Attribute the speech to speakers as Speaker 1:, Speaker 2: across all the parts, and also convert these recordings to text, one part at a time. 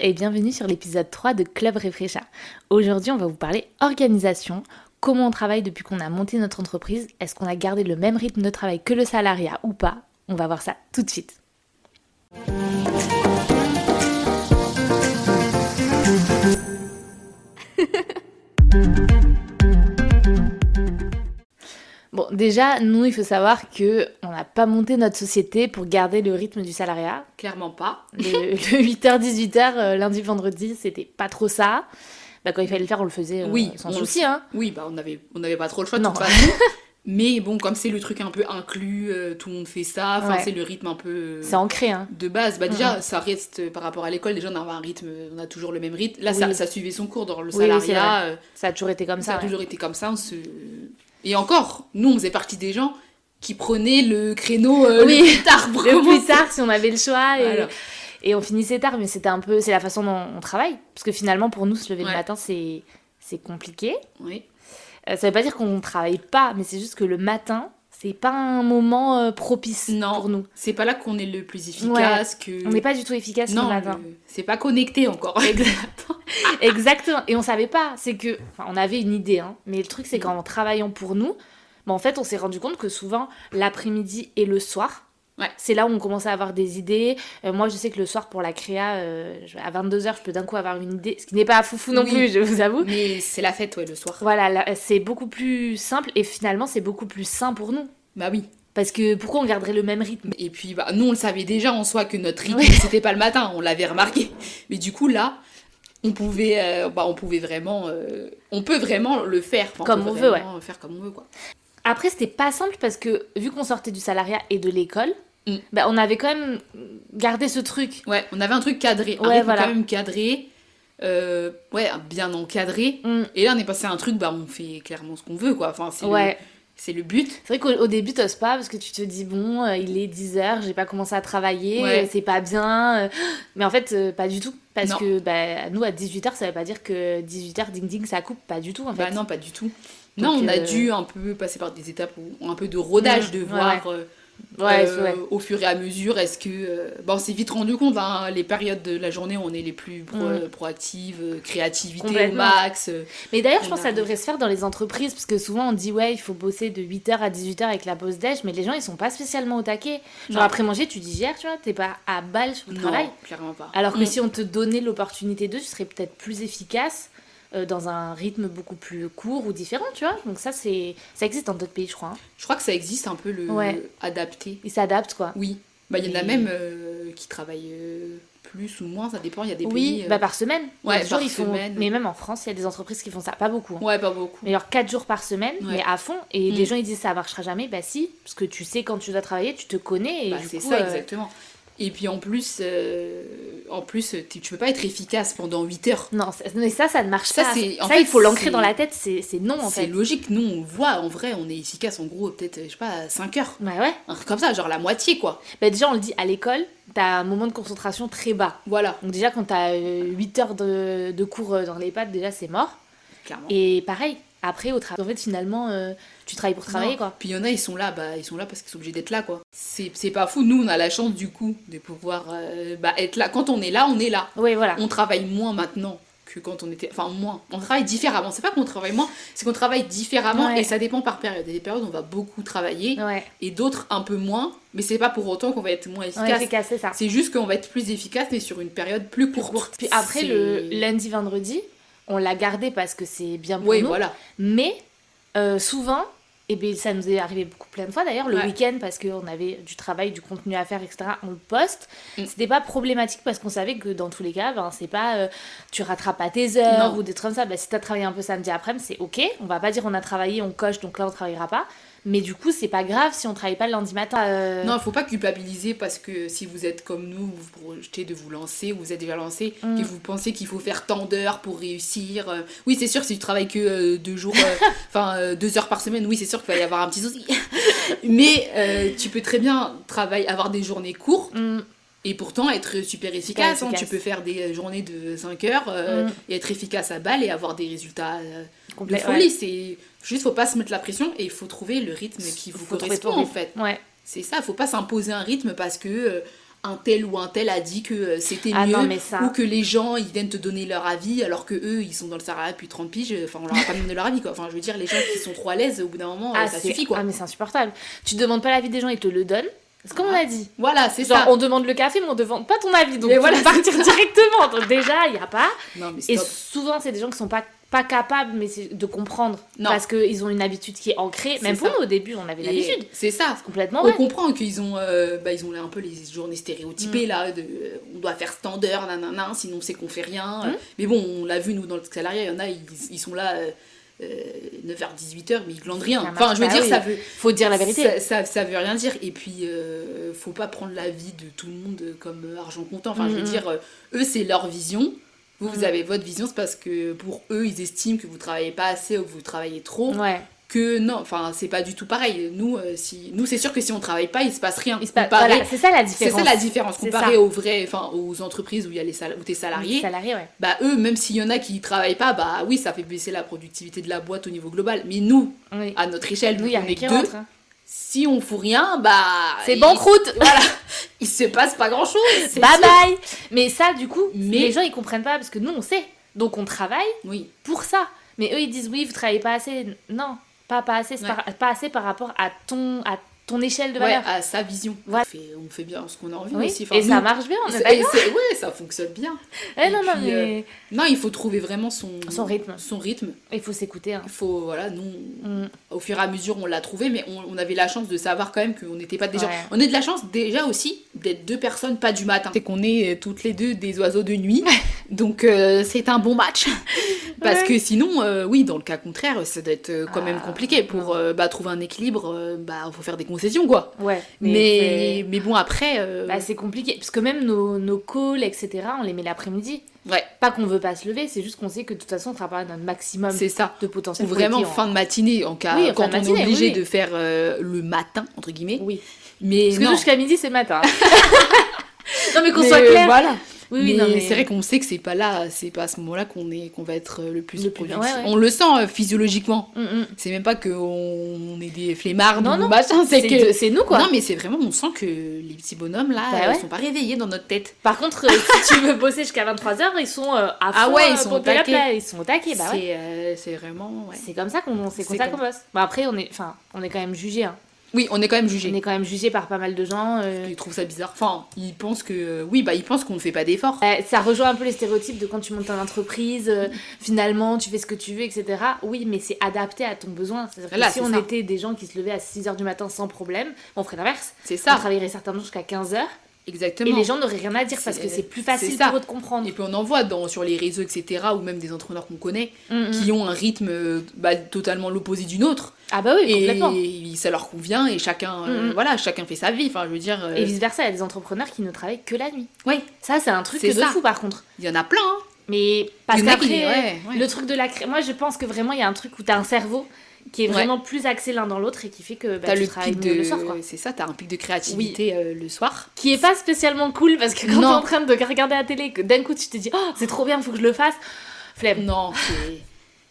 Speaker 1: et bienvenue sur l'épisode 3 de Club Refresha. Aujourd'hui, on va vous parler organisation, comment on travaille depuis qu'on a monté notre entreprise, est-ce qu'on a gardé le même rythme de travail que le salariat ou pas On va voir ça tout de suite. Bon, déjà, nous, il faut savoir que on n'a pas monté notre société pour garder le rythme du salariat.
Speaker 2: Clairement pas.
Speaker 1: Le, 8h-18h, euh, lundi, vendredi, c'était pas trop ça. Bah, quand il fallait le faire, on le faisait euh,
Speaker 2: Oui,
Speaker 1: sans
Speaker 2: on le
Speaker 1: souci. Hein.
Speaker 2: Oui, bah on avait, on avait pas trop le choix
Speaker 1: Non.
Speaker 2: de toute façon. Mais bon, comme c'est le truc un peu inclus, euh, tout le monde fait ça, enfin
Speaker 1: Ouais.
Speaker 2: c'est le rythme un peu euh,
Speaker 1: C'est ancré. Hein.
Speaker 2: de base. Bah déjà, ça reste euh, par rapport à l'école, déjà on avait un rythme, on a toujours le même rythme. Là, ça,
Speaker 1: Oui.
Speaker 2: ça suivait son cours dans le
Speaker 1: Oui, oui, c'est
Speaker 2: salariat, euh,
Speaker 1: Ça a toujours été comme ça.
Speaker 2: ça a
Speaker 1: ouais.
Speaker 2: toujours été comme ça. on se- Et encore, nous on faisait partie des gens qui prenaient le créneau euh,
Speaker 1: Oui.
Speaker 2: le plus tard,
Speaker 1: Le
Speaker 2: vraiment.
Speaker 1: plus tard, si on avait le choix. Et,
Speaker 2: Voilà.
Speaker 1: et on finissait tard, mais c'était un peu. C'est la façon dont on travaille. Parce que finalement, pour nous, se lever
Speaker 2: Ouais.
Speaker 1: le matin, c'est c'est compliqué.
Speaker 2: Oui.
Speaker 1: Euh, ça veut pas dire qu'on travaille pas, mais c'est juste que le matin, c'est pas un moment euh, propice
Speaker 2: Non.
Speaker 1: pour nous.
Speaker 2: C'est pas là qu'on est le plus efficace, que...
Speaker 1: On n'est pas du tout efficace le
Speaker 2: non,
Speaker 1: matin.
Speaker 2: le- c'est pas connecté encore.
Speaker 1: Exactement. Et on savait pas. C'est que, enfin, on avait une idée, hein. Mais le truc, c'est qu'en travaillant pour nous, bah, en fait, on s'est rendu compte que souvent l'après-midi et le soir.
Speaker 2: Ouais.
Speaker 1: C'est là où on commençait à avoir des idées. Euh, moi, je sais que le soir, pour la créa, euh, je- à 22h, je peux d'un coup avoir une idée. Ce qui n'est pas foufou non
Speaker 2: Oui.
Speaker 1: plus, je vous avoue.
Speaker 2: Mais c'est la fête, ouais, le soir.
Speaker 1: Voilà, là, c'est beaucoup plus simple. Et finalement, c'est beaucoup plus sain pour nous.
Speaker 2: Bah oui.
Speaker 1: Parce que pourquoi on garderait le même rythme
Speaker 2: Et puis, bah, nous, on le savait déjà en soi que notre rythme,
Speaker 1: Oui.
Speaker 2: c'était pas le matin, on l'avait remarqué. Mais du coup, là, on pouvait, euh, bah, on pouvait vraiment. euh, on peut vraiment le faire. Enfin,
Speaker 1: Comme
Speaker 2: peut
Speaker 1: on veut,
Speaker 2: vraiment Faire comme on veut, quoi.
Speaker 1: Après, c'était pas simple parce que vu qu'on sortait du salariat et de l'école,
Speaker 2: Mm.
Speaker 1: bah, on avait quand même gardé ce truc.
Speaker 2: Ouais, on avait un truc cadré. un
Speaker 1: Ouais,
Speaker 2: rythme
Speaker 1: voilà.
Speaker 2: quand même cadré. euh, ouais, bien encadré.
Speaker 1: Mm.
Speaker 2: Et là, on est passé à un truc, bah, on fait clairement ce qu'on veut, quoi. Enfin, c'est
Speaker 1: Ouais.
Speaker 2: le, c'est le but.
Speaker 1: C'est vrai qu'au au début, t'oses pas parce que tu te dis, bon, euh, il est 10h, j'ai pas commencé à travailler,
Speaker 2: Ouais.
Speaker 1: euh, c'est pas bien. euh, Mais en fait, euh, pas du tout. Parce
Speaker 2: Non.
Speaker 1: que bah, nous, à 18h, ça veut pas dire que 18h, ding ding, ça coupe. Pas du tout, en fait.
Speaker 2: Bah, non, pas du tout.
Speaker 1: Donc,
Speaker 2: non, on a
Speaker 1: euh,
Speaker 2: dû un peu passer par des étapes, où- un peu de rodage,
Speaker 1: Mm.
Speaker 2: de
Speaker 1: Ouais,
Speaker 2: voir. euh,
Speaker 1: ouais,
Speaker 2: Euh,
Speaker 1: ouais.
Speaker 2: au fur et à mesure, est-ce que... euh, bah, on s'est vite rendu compte, hein, les périodes de la journée où on est les plus pro-
Speaker 1: Mm.
Speaker 2: proactives, euh, créativité au
Speaker 1: Complètement.
Speaker 2: max. euh,
Speaker 1: Mais d'ailleurs, je
Speaker 2: on
Speaker 1: pense que
Speaker 2: a-
Speaker 1: ça devrait se faire dans les entreprises parce que souvent, on dit, ouais, il faut bosser de 8h à 18h avec la pause déj, mais les gens, ils sont pas spécialement au taquet. Genre,
Speaker 2: Non.
Speaker 1: après manger, tu digères, tu vois, t'es pas à balle sur le
Speaker 2: non,
Speaker 1: travail.
Speaker 2: clairement pas.
Speaker 1: Alors que
Speaker 2: Mm.
Speaker 1: si on te donnait l'opportunité de, tu serais peut-être plus efficace euh, dans un rythme beaucoup plus court ou différent, tu vois. Donc ça, c'est ça existe dans d'autres pays, je crois. hein.
Speaker 2: Je crois que ça existe un peu le
Speaker 1: Ouais.
Speaker 2: adapté.
Speaker 1: Ils s'adaptent, quoi.
Speaker 2: Oui. Bah, Il y en a
Speaker 1: Mais-
Speaker 2: même euh, qui travaillent euh, plus ou moins, ça dépend. Il y a des
Speaker 1: oui,
Speaker 2: pays... euh,
Speaker 1: bah par semaine. Il y a
Speaker 2: ouais,
Speaker 1: des jours,
Speaker 2: par
Speaker 1: ils font-
Speaker 2: semaine.
Speaker 1: Mais même en France, il y a des entreprises qui font ça, pas beaucoup. hein.
Speaker 2: euh, Ouais, pas beaucoup.
Speaker 1: Mais genre 4 jours par semaine,
Speaker 2: Ouais.
Speaker 1: mais à fond. Et les
Speaker 2: Mm.
Speaker 1: gens, ils disent ça marchera jamais. Bah si, parce que tu sais quand tu dois travailler, tu te connais. Et
Speaker 2: Bah,
Speaker 1: du
Speaker 2: c'est
Speaker 1: coup,
Speaker 2: ça,
Speaker 1: euh,
Speaker 2: exactement. Et puis en plus, euh, en plus tu, tu peux pas être efficace pendant 8 heures.
Speaker 1: Non, ça- mais ça, ça ne marche
Speaker 2: Ça,
Speaker 1: pas.
Speaker 2: c'est-
Speaker 1: Ça,
Speaker 2: en fait,
Speaker 1: il faut l'ancrer
Speaker 2: c'est-
Speaker 1: dans la tête, c'est c'est non, en
Speaker 2: C'est
Speaker 1: fait.
Speaker 2: logique, nous on le voit, en vrai on est efficace en gros peut-être, je sais pas, 5 heures.
Speaker 1: Bah ouais.
Speaker 2: Un truc comme ça, genre la moitié quoi.
Speaker 1: Bah déjà, on le dit, à l'école, t'as un moment de concentration très bas.
Speaker 2: Voilà,
Speaker 1: Donc déjà, quand t'as 8 heures de, de cours euh, dans les pattes, déjà, c'est mort.
Speaker 2: clairement.
Speaker 1: Et pareil, après, au travail, en fait, finalement, euh, tu travailles pour travailler,
Speaker 2: Non.
Speaker 1: quoi.
Speaker 2: Puis il y en a, ils sont là, bah ils sont là parce qu'ils sont obligés d'être là quoi. C'est c'est pas fou, nous on a la chance du coup de pouvoir euh, bah, être là. Quand on est là, on est là.
Speaker 1: Oui, voilà.
Speaker 2: On travaille moins maintenant que quand on était. Enfin, moins. On travaille différemment. C'est pas qu'on travaille moins, c'est qu'on travaille différemment
Speaker 1: Ouais.
Speaker 2: et ça dépend par période. Il y a des périodes où on va beaucoup travailler
Speaker 1: Ouais,
Speaker 2: et d'autres un peu moins, mais c'est pas pour autant qu'on va être moins
Speaker 1: ouais
Speaker 2: efficace.
Speaker 1: c'est cassé, ça.
Speaker 2: c'est juste qu'on va être plus efficace mais sur une période plus courte.
Speaker 1: Puis après, le
Speaker 2: C'est-
Speaker 1: lundi, vendredi, on l'a gardé parce que c'est bien pour
Speaker 2: Oui,
Speaker 1: nous.
Speaker 2: voilà.
Speaker 1: Mais euh, souvent, et bien, ça nous est arrivé beaucoup plein de fois d'ailleurs, le
Speaker 2: Ouais.
Speaker 1: week-end, parce qu'on avait du travail, du contenu à faire, etc., on le poste.
Speaker 2: Mm.
Speaker 1: C'était pas problématique parce qu'on savait que dans tous les cas, ben, c'est pas euh, tu rattrapes pas tes heures
Speaker 2: Non.
Speaker 1: ou des trucs comme ça. Ben, si t'as travaillé un peu samedi après-midi, c'est ok. On va pas dire on a travaillé, on coche, donc là on travaillera pas. Mais du coup, c'est pas grave si on travaille pas le lundi matin. Euh,
Speaker 2: Non, il faut pas culpabiliser parce que si vous êtes comme nous, vous vous projetez de vous lancer, vous êtes déjà lancé,
Speaker 1: Mm.
Speaker 2: et vous pensez qu'il faut faire tant d'heures pour réussir. euh, oui, c'est sûr, si tu travailles que euh, deux jours, euh, enfin euh, deux heures par semaine, oui, c'est sûr qu'il va y avoir un petit souci. Mais euh, tu peux très bien travailler, avoir des journées courtes
Speaker 1: mm,
Speaker 2: et pourtant être super efficace. hein.
Speaker 1: efficace.
Speaker 2: Tu peux faire des euh, journées de 5 heures euh,
Speaker 1: Mm. Ben
Speaker 2: et être efficace à balle et avoir des résultats euh, de
Speaker 1: complet-
Speaker 2: folie. C'est juste, faut pas se mettre la pression et il faut trouver le rythme qui vous
Speaker 1: Faut trouver
Speaker 2: correspond
Speaker 1: ton
Speaker 2: en
Speaker 1: rythme.
Speaker 2: fait.
Speaker 1: Ouais. ouais.
Speaker 2: C'est ça, faut pas s'imposer un rythme parce que euh, un tel ou un tel a dit que euh, c'était
Speaker 1: Ah
Speaker 2: mieux
Speaker 1: non, mais ça.
Speaker 2: ou que les gens ils viennent te donner leur avis alors que eux ils sont dans le Sahara depuis 30 piges, euh, enfin on leur a pas donné leur avis quoi. Enfin je veux dire les gens qui sont trop à l'aise au bout d'un moment euh, ça
Speaker 1: c'est-
Speaker 2: suffit quoi.
Speaker 1: Ah, mais c'est insupportable. Tu demandes pas l'avis des gens, ils te le donnent. C'est comme on
Speaker 2: Ah.
Speaker 1: a dit.
Speaker 2: Voilà, c'est
Speaker 1: Genre,
Speaker 2: ça.
Speaker 1: on demande le café, mais on demande pas ton avis. Donc,
Speaker 2: Mais
Speaker 1: tu
Speaker 2: voilà,
Speaker 1: peux partir
Speaker 2: c'est ça.
Speaker 1: directement. Donc, déjà, il n'y a pas.
Speaker 2: Non mais
Speaker 1: Et
Speaker 2: stop.
Speaker 1: souvent, c'est des gens qui sont pas, pas capables mais c'est- de comprendre.
Speaker 2: Non.
Speaker 1: Parce qu'ils ont une habitude qui est ancrée.
Speaker 2: C'est
Speaker 1: Même pour
Speaker 2: ça.
Speaker 1: nous, au début, on avait
Speaker 2: Et
Speaker 1: l'habitude.
Speaker 2: C'est ça.
Speaker 1: C'est complètement
Speaker 2: On
Speaker 1: vrai. Mm.
Speaker 2: comprend qu'ils ont, euh, bah, ils ont un peu les journées stéréotypées là, de, euh, on doit faire standard, nanana, sinon c'est qu'on fait rien.
Speaker 1: Mm.
Speaker 2: Mais bon, on l'a vu nous dans le salariat, il y en a, ils, ils sont là euh, 9h, 18h, mais ils glandent rien.
Speaker 1: Ça marche
Speaker 2: Enfin, je veux
Speaker 1: pas,
Speaker 2: dire,
Speaker 1: oui.
Speaker 2: ça veut
Speaker 1: Faut dire la vérité.
Speaker 2: Ça, ça, ça veut rien dire. Et puis, euh, faut pas prendre la vie de tout le monde comme euh, argent comptant. Enfin, je veux
Speaker 1: Mhm.
Speaker 2: dire, euh, eux, c'est leur vision. Vous, vous
Speaker 1: Mhm.
Speaker 2: avez votre vision, c'est parce que pour eux, ils estiment que vous travaillez pas assez ou que vous travaillez trop.
Speaker 1: Ouais.
Speaker 2: Que non, enfin, c'est pas du tout pareil. Nous, euh, si, nous c'est sûr que si on travaille pas, il se passe rien.
Speaker 1: Il se passe-
Speaker 2: Comparé-
Speaker 1: voilà, c'est ça la
Speaker 2: C'est
Speaker 1: différence.
Speaker 2: ça la différence.
Speaker 1: C'est
Speaker 2: Comparé
Speaker 1: ça.
Speaker 2: aux vrais, enfin, aux entreprises où il y a les sal- où t'es salarié,
Speaker 1: Salarié, ouais.
Speaker 2: bah eux, même s'il y en a qui travaillent pas, bah oui, ça fait baisser la productivité de la boîte au niveau global. Mais nous,
Speaker 1: Oui.
Speaker 2: à notre échelle,
Speaker 1: Nous, il
Speaker 2: vu
Speaker 1: y a rien
Speaker 2: qu'on Ah, est
Speaker 1: qui
Speaker 2: que deux,
Speaker 1: rentre. hein.
Speaker 2: si on fout rien, bah.
Speaker 1: C'est
Speaker 2: il-
Speaker 1: banqueroute.
Speaker 2: Voilà, il se passe pas grand chose.
Speaker 1: Bye bye. Mais ça, du coup,
Speaker 2: Mais-
Speaker 1: les gens, ils comprennent pas parce que nous, on sait. Donc, on travaille.
Speaker 2: Oui,
Speaker 1: pour ça. Mais eux, ils disent oui, vous travaillez pas assez. Non, pas, pas assez, c'est
Speaker 2: Ouais.
Speaker 1: par- pas assez par rapport à ton, à ton échelle de
Speaker 2: ouais,
Speaker 1: valeur.
Speaker 2: à sa vision.
Speaker 1: Voilà.
Speaker 2: On, fait, on fait bien ce qu'on a envie
Speaker 1: Oui.
Speaker 2: aussi. Enfin,
Speaker 1: Et ça
Speaker 2: nous,
Speaker 1: marche bien, on est
Speaker 2: c'est-
Speaker 1: d'accord.
Speaker 2: et c'est- ouais, ça fonctionne bien.
Speaker 1: Eh
Speaker 2: et
Speaker 1: non, non,
Speaker 2: puis,
Speaker 1: mais
Speaker 2: Non, il faut trouver vraiment son,
Speaker 1: Son rythme.
Speaker 2: Son rythme.
Speaker 1: il faut s'écouter. hein.
Speaker 2: Il faut, voilà, nous,
Speaker 1: Mm.
Speaker 2: au fur et à mesure, on l'a trouvé, mais on, on avait la chance de savoir quand même qu'on n'était pas des gens.
Speaker 1: Ouais.
Speaker 2: On a de la chance déjà aussi d'être deux personnes pas du matin. C'est qu'on est euh, toutes les deux des oiseaux de nuit, donc euh, c'est un bon match. Parce
Speaker 1: Ouais.
Speaker 2: que sinon, euh, oui, dans le cas contraire, ça doit être euh, quand même
Speaker 1: Ah,
Speaker 2: compliqué. Pour
Speaker 1: non.
Speaker 2: euh, bah, trouver un équilibre, euh, bah faut faire des concessions quoi.
Speaker 1: Ouais, mais.
Speaker 2: Mais,
Speaker 1: c'est-
Speaker 2: mais bon, après, euh,
Speaker 1: bah, c'est compliqué, parce que même nos, nos calls, etc., on les met l'après-midi.
Speaker 2: ouais,
Speaker 1: Pas qu'on veut pas se lever, c'est juste qu'on sait que de toute façon, on fera pas notre maximum
Speaker 2: c'est ça.
Speaker 1: de potentiel.
Speaker 2: Ou
Speaker 1: pour les
Speaker 2: vraiment
Speaker 1: clients.
Speaker 2: fin de matinée, en cas,
Speaker 1: Oui, fin
Speaker 2: quand
Speaker 1: de
Speaker 2: on
Speaker 1: matinée,
Speaker 2: est obligé
Speaker 1: oui, oui.
Speaker 2: de faire euh, le matin, entre guillemets.
Speaker 1: Oui.
Speaker 2: Mais
Speaker 1: Parce que nous,
Speaker 2: non,
Speaker 1: jusqu'à midi, c'est le matin. non, mais qu'on
Speaker 2: Mais, euh,
Speaker 1: soit clair.
Speaker 2: voilà.
Speaker 1: Oui, oui,
Speaker 2: mais
Speaker 1: non, mais.
Speaker 2: c'est vrai qu'on sait que c'est pas là, c'est pas à ce moment-là qu'on est, qu'on va être euh, le plus
Speaker 1: Le plus-
Speaker 2: productif.
Speaker 1: ouais, ouais.
Speaker 2: On le sent euh, physiologiquement.
Speaker 1: Mm, mm.
Speaker 2: C'est même pas que on on est des flemmards
Speaker 1: Non,
Speaker 2: ou
Speaker 1: non,
Speaker 2: machin, c'est
Speaker 1: C'est
Speaker 2: que
Speaker 1: de- c'est nous, quoi.
Speaker 2: non, mais c'est vraiment, on sent que les petits bonhommes là,
Speaker 1: Bah
Speaker 2: euh,
Speaker 1: ouais.
Speaker 2: sont pas réveillés dans notre tête.
Speaker 1: Par contre, euh, si tu veux bosser jusqu'à 23h, ils sont euh, à fond.
Speaker 2: Ah ouais, ils
Speaker 1: euh,
Speaker 2: sont au
Speaker 1: pour tes lapins.
Speaker 2: taquet.
Speaker 1: Ils sont au taquet, bah
Speaker 2: c'est
Speaker 1: ouais.
Speaker 2: euh, c'est vraiment. ouais.
Speaker 1: C'est comme ça qu'on c'est comme
Speaker 2: C'est
Speaker 1: ça
Speaker 2: comme-
Speaker 1: qu'on bosse. Bon, après on est enfin on est quand même jugé hein.
Speaker 2: Oui, on est quand même jugé.
Speaker 1: On est quand même jugé par pas mal de gens euh,
Speaker 2: Ils trouvent ça bizarre. Enfin, ils pensent que euh, oui, bah ils pensent qu'on ne fait pas d'efforts.
Speaker 1: euh, ça rejoint un peu les stéréotypes de quand tu montes en entreprise, euh, finalement tu fais ce que tu veux, etc. Oui, mais c'est adapté à ton besoin. C'est-à-dire que
Speaker 2: Là,
Speaker 1: si
Speaker 2: c'est
Speaker 1: on
Speaker 2: ça.
Speaker 1: était des gens qui se levaient à 6h du matin sans problème, on ferait l'inverse.
Speaker 2: C'est
Speaker 1: On
Speaker 2: ça,
Speaker 1: travaillerait certainement jusqu'à 15h et
Speaker 2: exactement.
Speaker 1: les gens n'auraient rien à dire parce
Speaker 2: C'est-
Speaker 1: que c'est plus
Speaker 2: c'est
Speaker 1: facile
Speaker 2: ça.
Speaker 1: pour eux de comprendre.
Speaker 2: Et puis on en voit dans, sur les réseaux, etc., ou même des entrepreneurs qu'on connaît,
Speaker 1: Mm, mm.
Speaker 2: qui ont un rythme euh, bah, totalement l'opposé du nôtre.
Speaker 1: Ah bah oui, complètement.
Speaker 2: et ça leur convient, et chacun, euh,
Speaker 1: Mhm.
Speaker 2: voilà, chacun fait sa vie. Enfin, je veux dire, euh,
Speaker 1: Et vice versa, il y a des entrepreneurs qui ne travaillent que la nuit.
Speaker 2: Ouais.
Speaker 1: Ça, c'est un truc
Speaker 2: C'est
Speaker 1: de
Speaker 2: ça.
Speaker 1: fou par contre.
Speaker 2: il y en a plein. hein.
Speaker 1: Mais parce
Speaker 2: Il y en a qui-
Speaker 1: qu'après,
Speaker 2: ouais, ouais.
Speaker 1: le truc de la cré... Moi, je pense que vraiment, il y a un truc où t'as un cerveau qui est
Speaker 2: Ouais.
Speaker 1: vraiment plus axé l'un dans l'autre et qui fait que bah,
Speaker 2: T'as
Speaker 1: tu
Speaker 2: le
Speaker 1: travailles
Speaker 2: pic
Speaker 1: mieux
Speaker 2: de,
Speaker 1: le soir, quoi.
Speaker 2: c'est ça, t'as un pic de créativité euh, le soir.
Speaker 1: Qui est pas spécialement cool parce que quand t'es
Speaker 2: Non.
Speaker 1: en train de regarder la télé et que d'un coup tu te dis oh, c'est trop bien, faut que je le fasse, flemme.
Speaker 2: Non, c'est.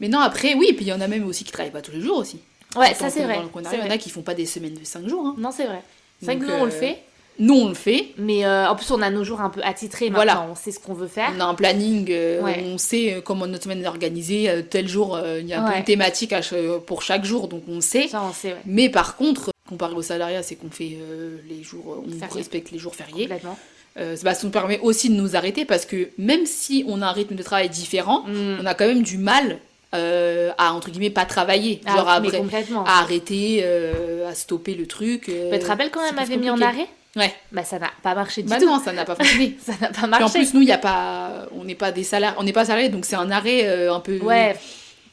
Speaker 2: Mais non, après, oui, et puis il y en a même aussi qui travaillent pas tous les jours aussi.
Speaker 1: Ouais,
Speaker 2: Dans
Speaker 1: ça c'est
Speaker 2: le-
Speaker 1: vrai.
Speaker 2: dans le
Speaker 1: c'est
Speaker 2: coin d'arrière, Il y
Speaker 1: vrai.
Speaker 2: en a qui font pas des semaines de 5 jours. hein.
Speaker 1: Non, c'est vrai. C'est vrai que
Speaker 2: Donc,
Speaker 1: nous, on le
Speaker 2: euh,
Speaker 1: fait,
Speaker 2: Nous, on le fait.
Speaker 1: mais euh, en plus, on a nos jours un peu attitrés
Speaker 2: Voilà.
Speaker 1: maintenant, on sait ce qu'on veut faire.
Speaker 2: On a un planning, euh,
Speaker 1: Ouais.
Speaker 2: on sait euh, comment notre semaine est organisée. euh, tel jour, euh, il y a un peu
Speaker 1: Ouais.
Speaker 2: une thématique à ch- pour chaque jour, donc on sait.
Speaker 1: Ça, on sait, ouais.
Speaker 2: Mais par contre, comparé au salariat, c'est qu'on fait euh, les jours, euh, on
Speaker 1: Fériés.
Speaker 2: respecte les jours fériés.
Speaker 1: Complètement.
Speaker 2: Euh, bah, ça nous permet aussi de nous arrêter parce que même si on a un rythme de travail différent,
Speaker 1: Mm.
Speaker 2: on a quand même du mal euh, à entre guillemets pas travailler,
Speaker 1: Ah,
Speaker 2: genre à,
Speaker 1: mais
Speaker 2: vra-
Speaker 1: complètement.
Speaker 2: à arrêter, euh, à stopper le truc. euh,
Speaker 1: Mais Bah, tu te rappelles quand
Speaker 2: c'est
Speaker 1: elle m'avait
Speaker 2: plus
Speaker 1: mis en
Speaker 2: compliqué.
Speaker 1: arrêt
Speaker 2: Ouais.
Speaker 1: Bah ça n'a pas marché du
Speaker 2: Bah
Speaker 1: tout.
Speaker 2: non, ça n'a pas fonctionné.
Speaker 1: Ça n'a pas
Speaker 2: Puis en
Speaker 1: marché.
Speaker 2: plus, nous, il y a pas, on n'est pas des salariés, on n'est pas salariés, donc c'est un arrêt euh, un peu.
Speaker 1: Ouais,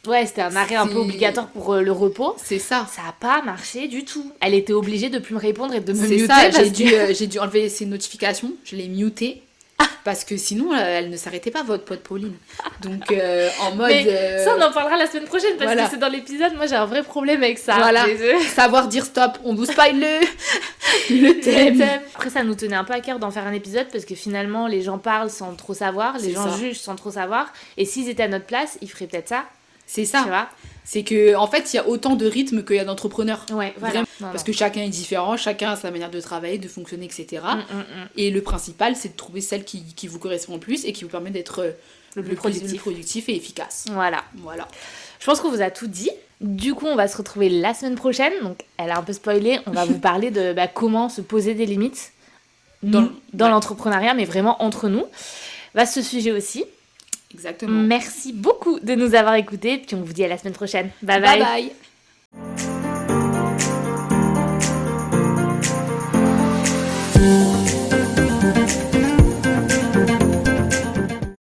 Speaker 1: ouais c'était un arrêt un
Speaker 2: C'est-
Speaker 1: peu obligatoire pour euh, le repos.
Speaker 2: C'est ça.
Speaker 1: Ça n'a pas marché du tout. Elle était obligée de plus me répondre et de me
Speaker 2: C'est
Speaker 1: muter.
Speaker 2: ça.
Speaker 1: parce
Speaker 2: J'ai
Speaker 1: que-
Speaker 2: dû, euh, j'ai dû enlever ces notifications. Je l'ai muté.
Speaker 1: Ah.
Speaker 2: Parce que sinon, euh, elle ne s'arrêtait pas, votre pote Pauline. Donc, euh, en mode.
Speaker 1: Mais
Speaker 2: euh,
Speaker 1: Ça, on en parlera la semaine prochaine parce
Speaker 2: Voilà.
Speaker 1: que c'est dans l'épisode. Moi, j'ai un vrai problème avec ça.
Speaker 2: Voilà.
Speaker 1: Désolée.
Speaker 2: Savoir dire stop, on vous spoil le, le
Speaker 1: Le
Speaker 2: thème.
Speaker 1: thème. Après, ça nous tenait un peu à cœur d'en faire un épisode parce que finalement, les gens parlent sans trop savoir, les
Speaker 2: C'est
Speaker 1: gens
Speaker 2: ça.
Speaker 1: jugent sans trop savoir. Et s'ils étaient à notre place, ils feraient peut-être ça.
Speaker 2: C'est
Speaker 1: Tu
Speaker 2: ça.
Speaker 1: vois
Speaker 2: C'est que en fait, il y a autant de rythmes qu'il y a d'entrepreneurs.
Speaker 1: Ouais, voilà.
Speaker 2: Vraiment.
Speaker 1: Non,
Speaker 2: Parce
Speaker 1: non.
Speaker 2: que chacun est différent, chacun a sa manière de travailler, de fonctionner, etc.
Speaker 1: Mm, mm, mm.
Speaker 2: Et le principal, c'est de trouver celle qui, qui vous correspond le plus et qui vous permet d'être euh,
Speaker 1: Le plus
Speaker 2: le
Speaker 1: productif.
Speaker 2: productif et efficace.
Speaker 1: Voilà.
Speaker 2: Voilà.
Speaker 1: Je pense qu'on vous a tout dit. Du coup, on va se retrouver la semaine prochaine. Donc, elle a un peu spoilé. On va vous parler de bah, comment se poser des limites
Speaker 2: Dans-
Speaker 1: nous, dans
Speaker 2: ouais.
Speaker 1: l'entrepreneuriat, mais vraiment entre nous. Vaste sujet aussi.
Speaker 2: Exactement.
Speaker 1: Mm. Merci beaucoup de nous avoir écoutés. Puis on vous dit à la semaine prochaine. bye.
Speaker 2: bye. bye.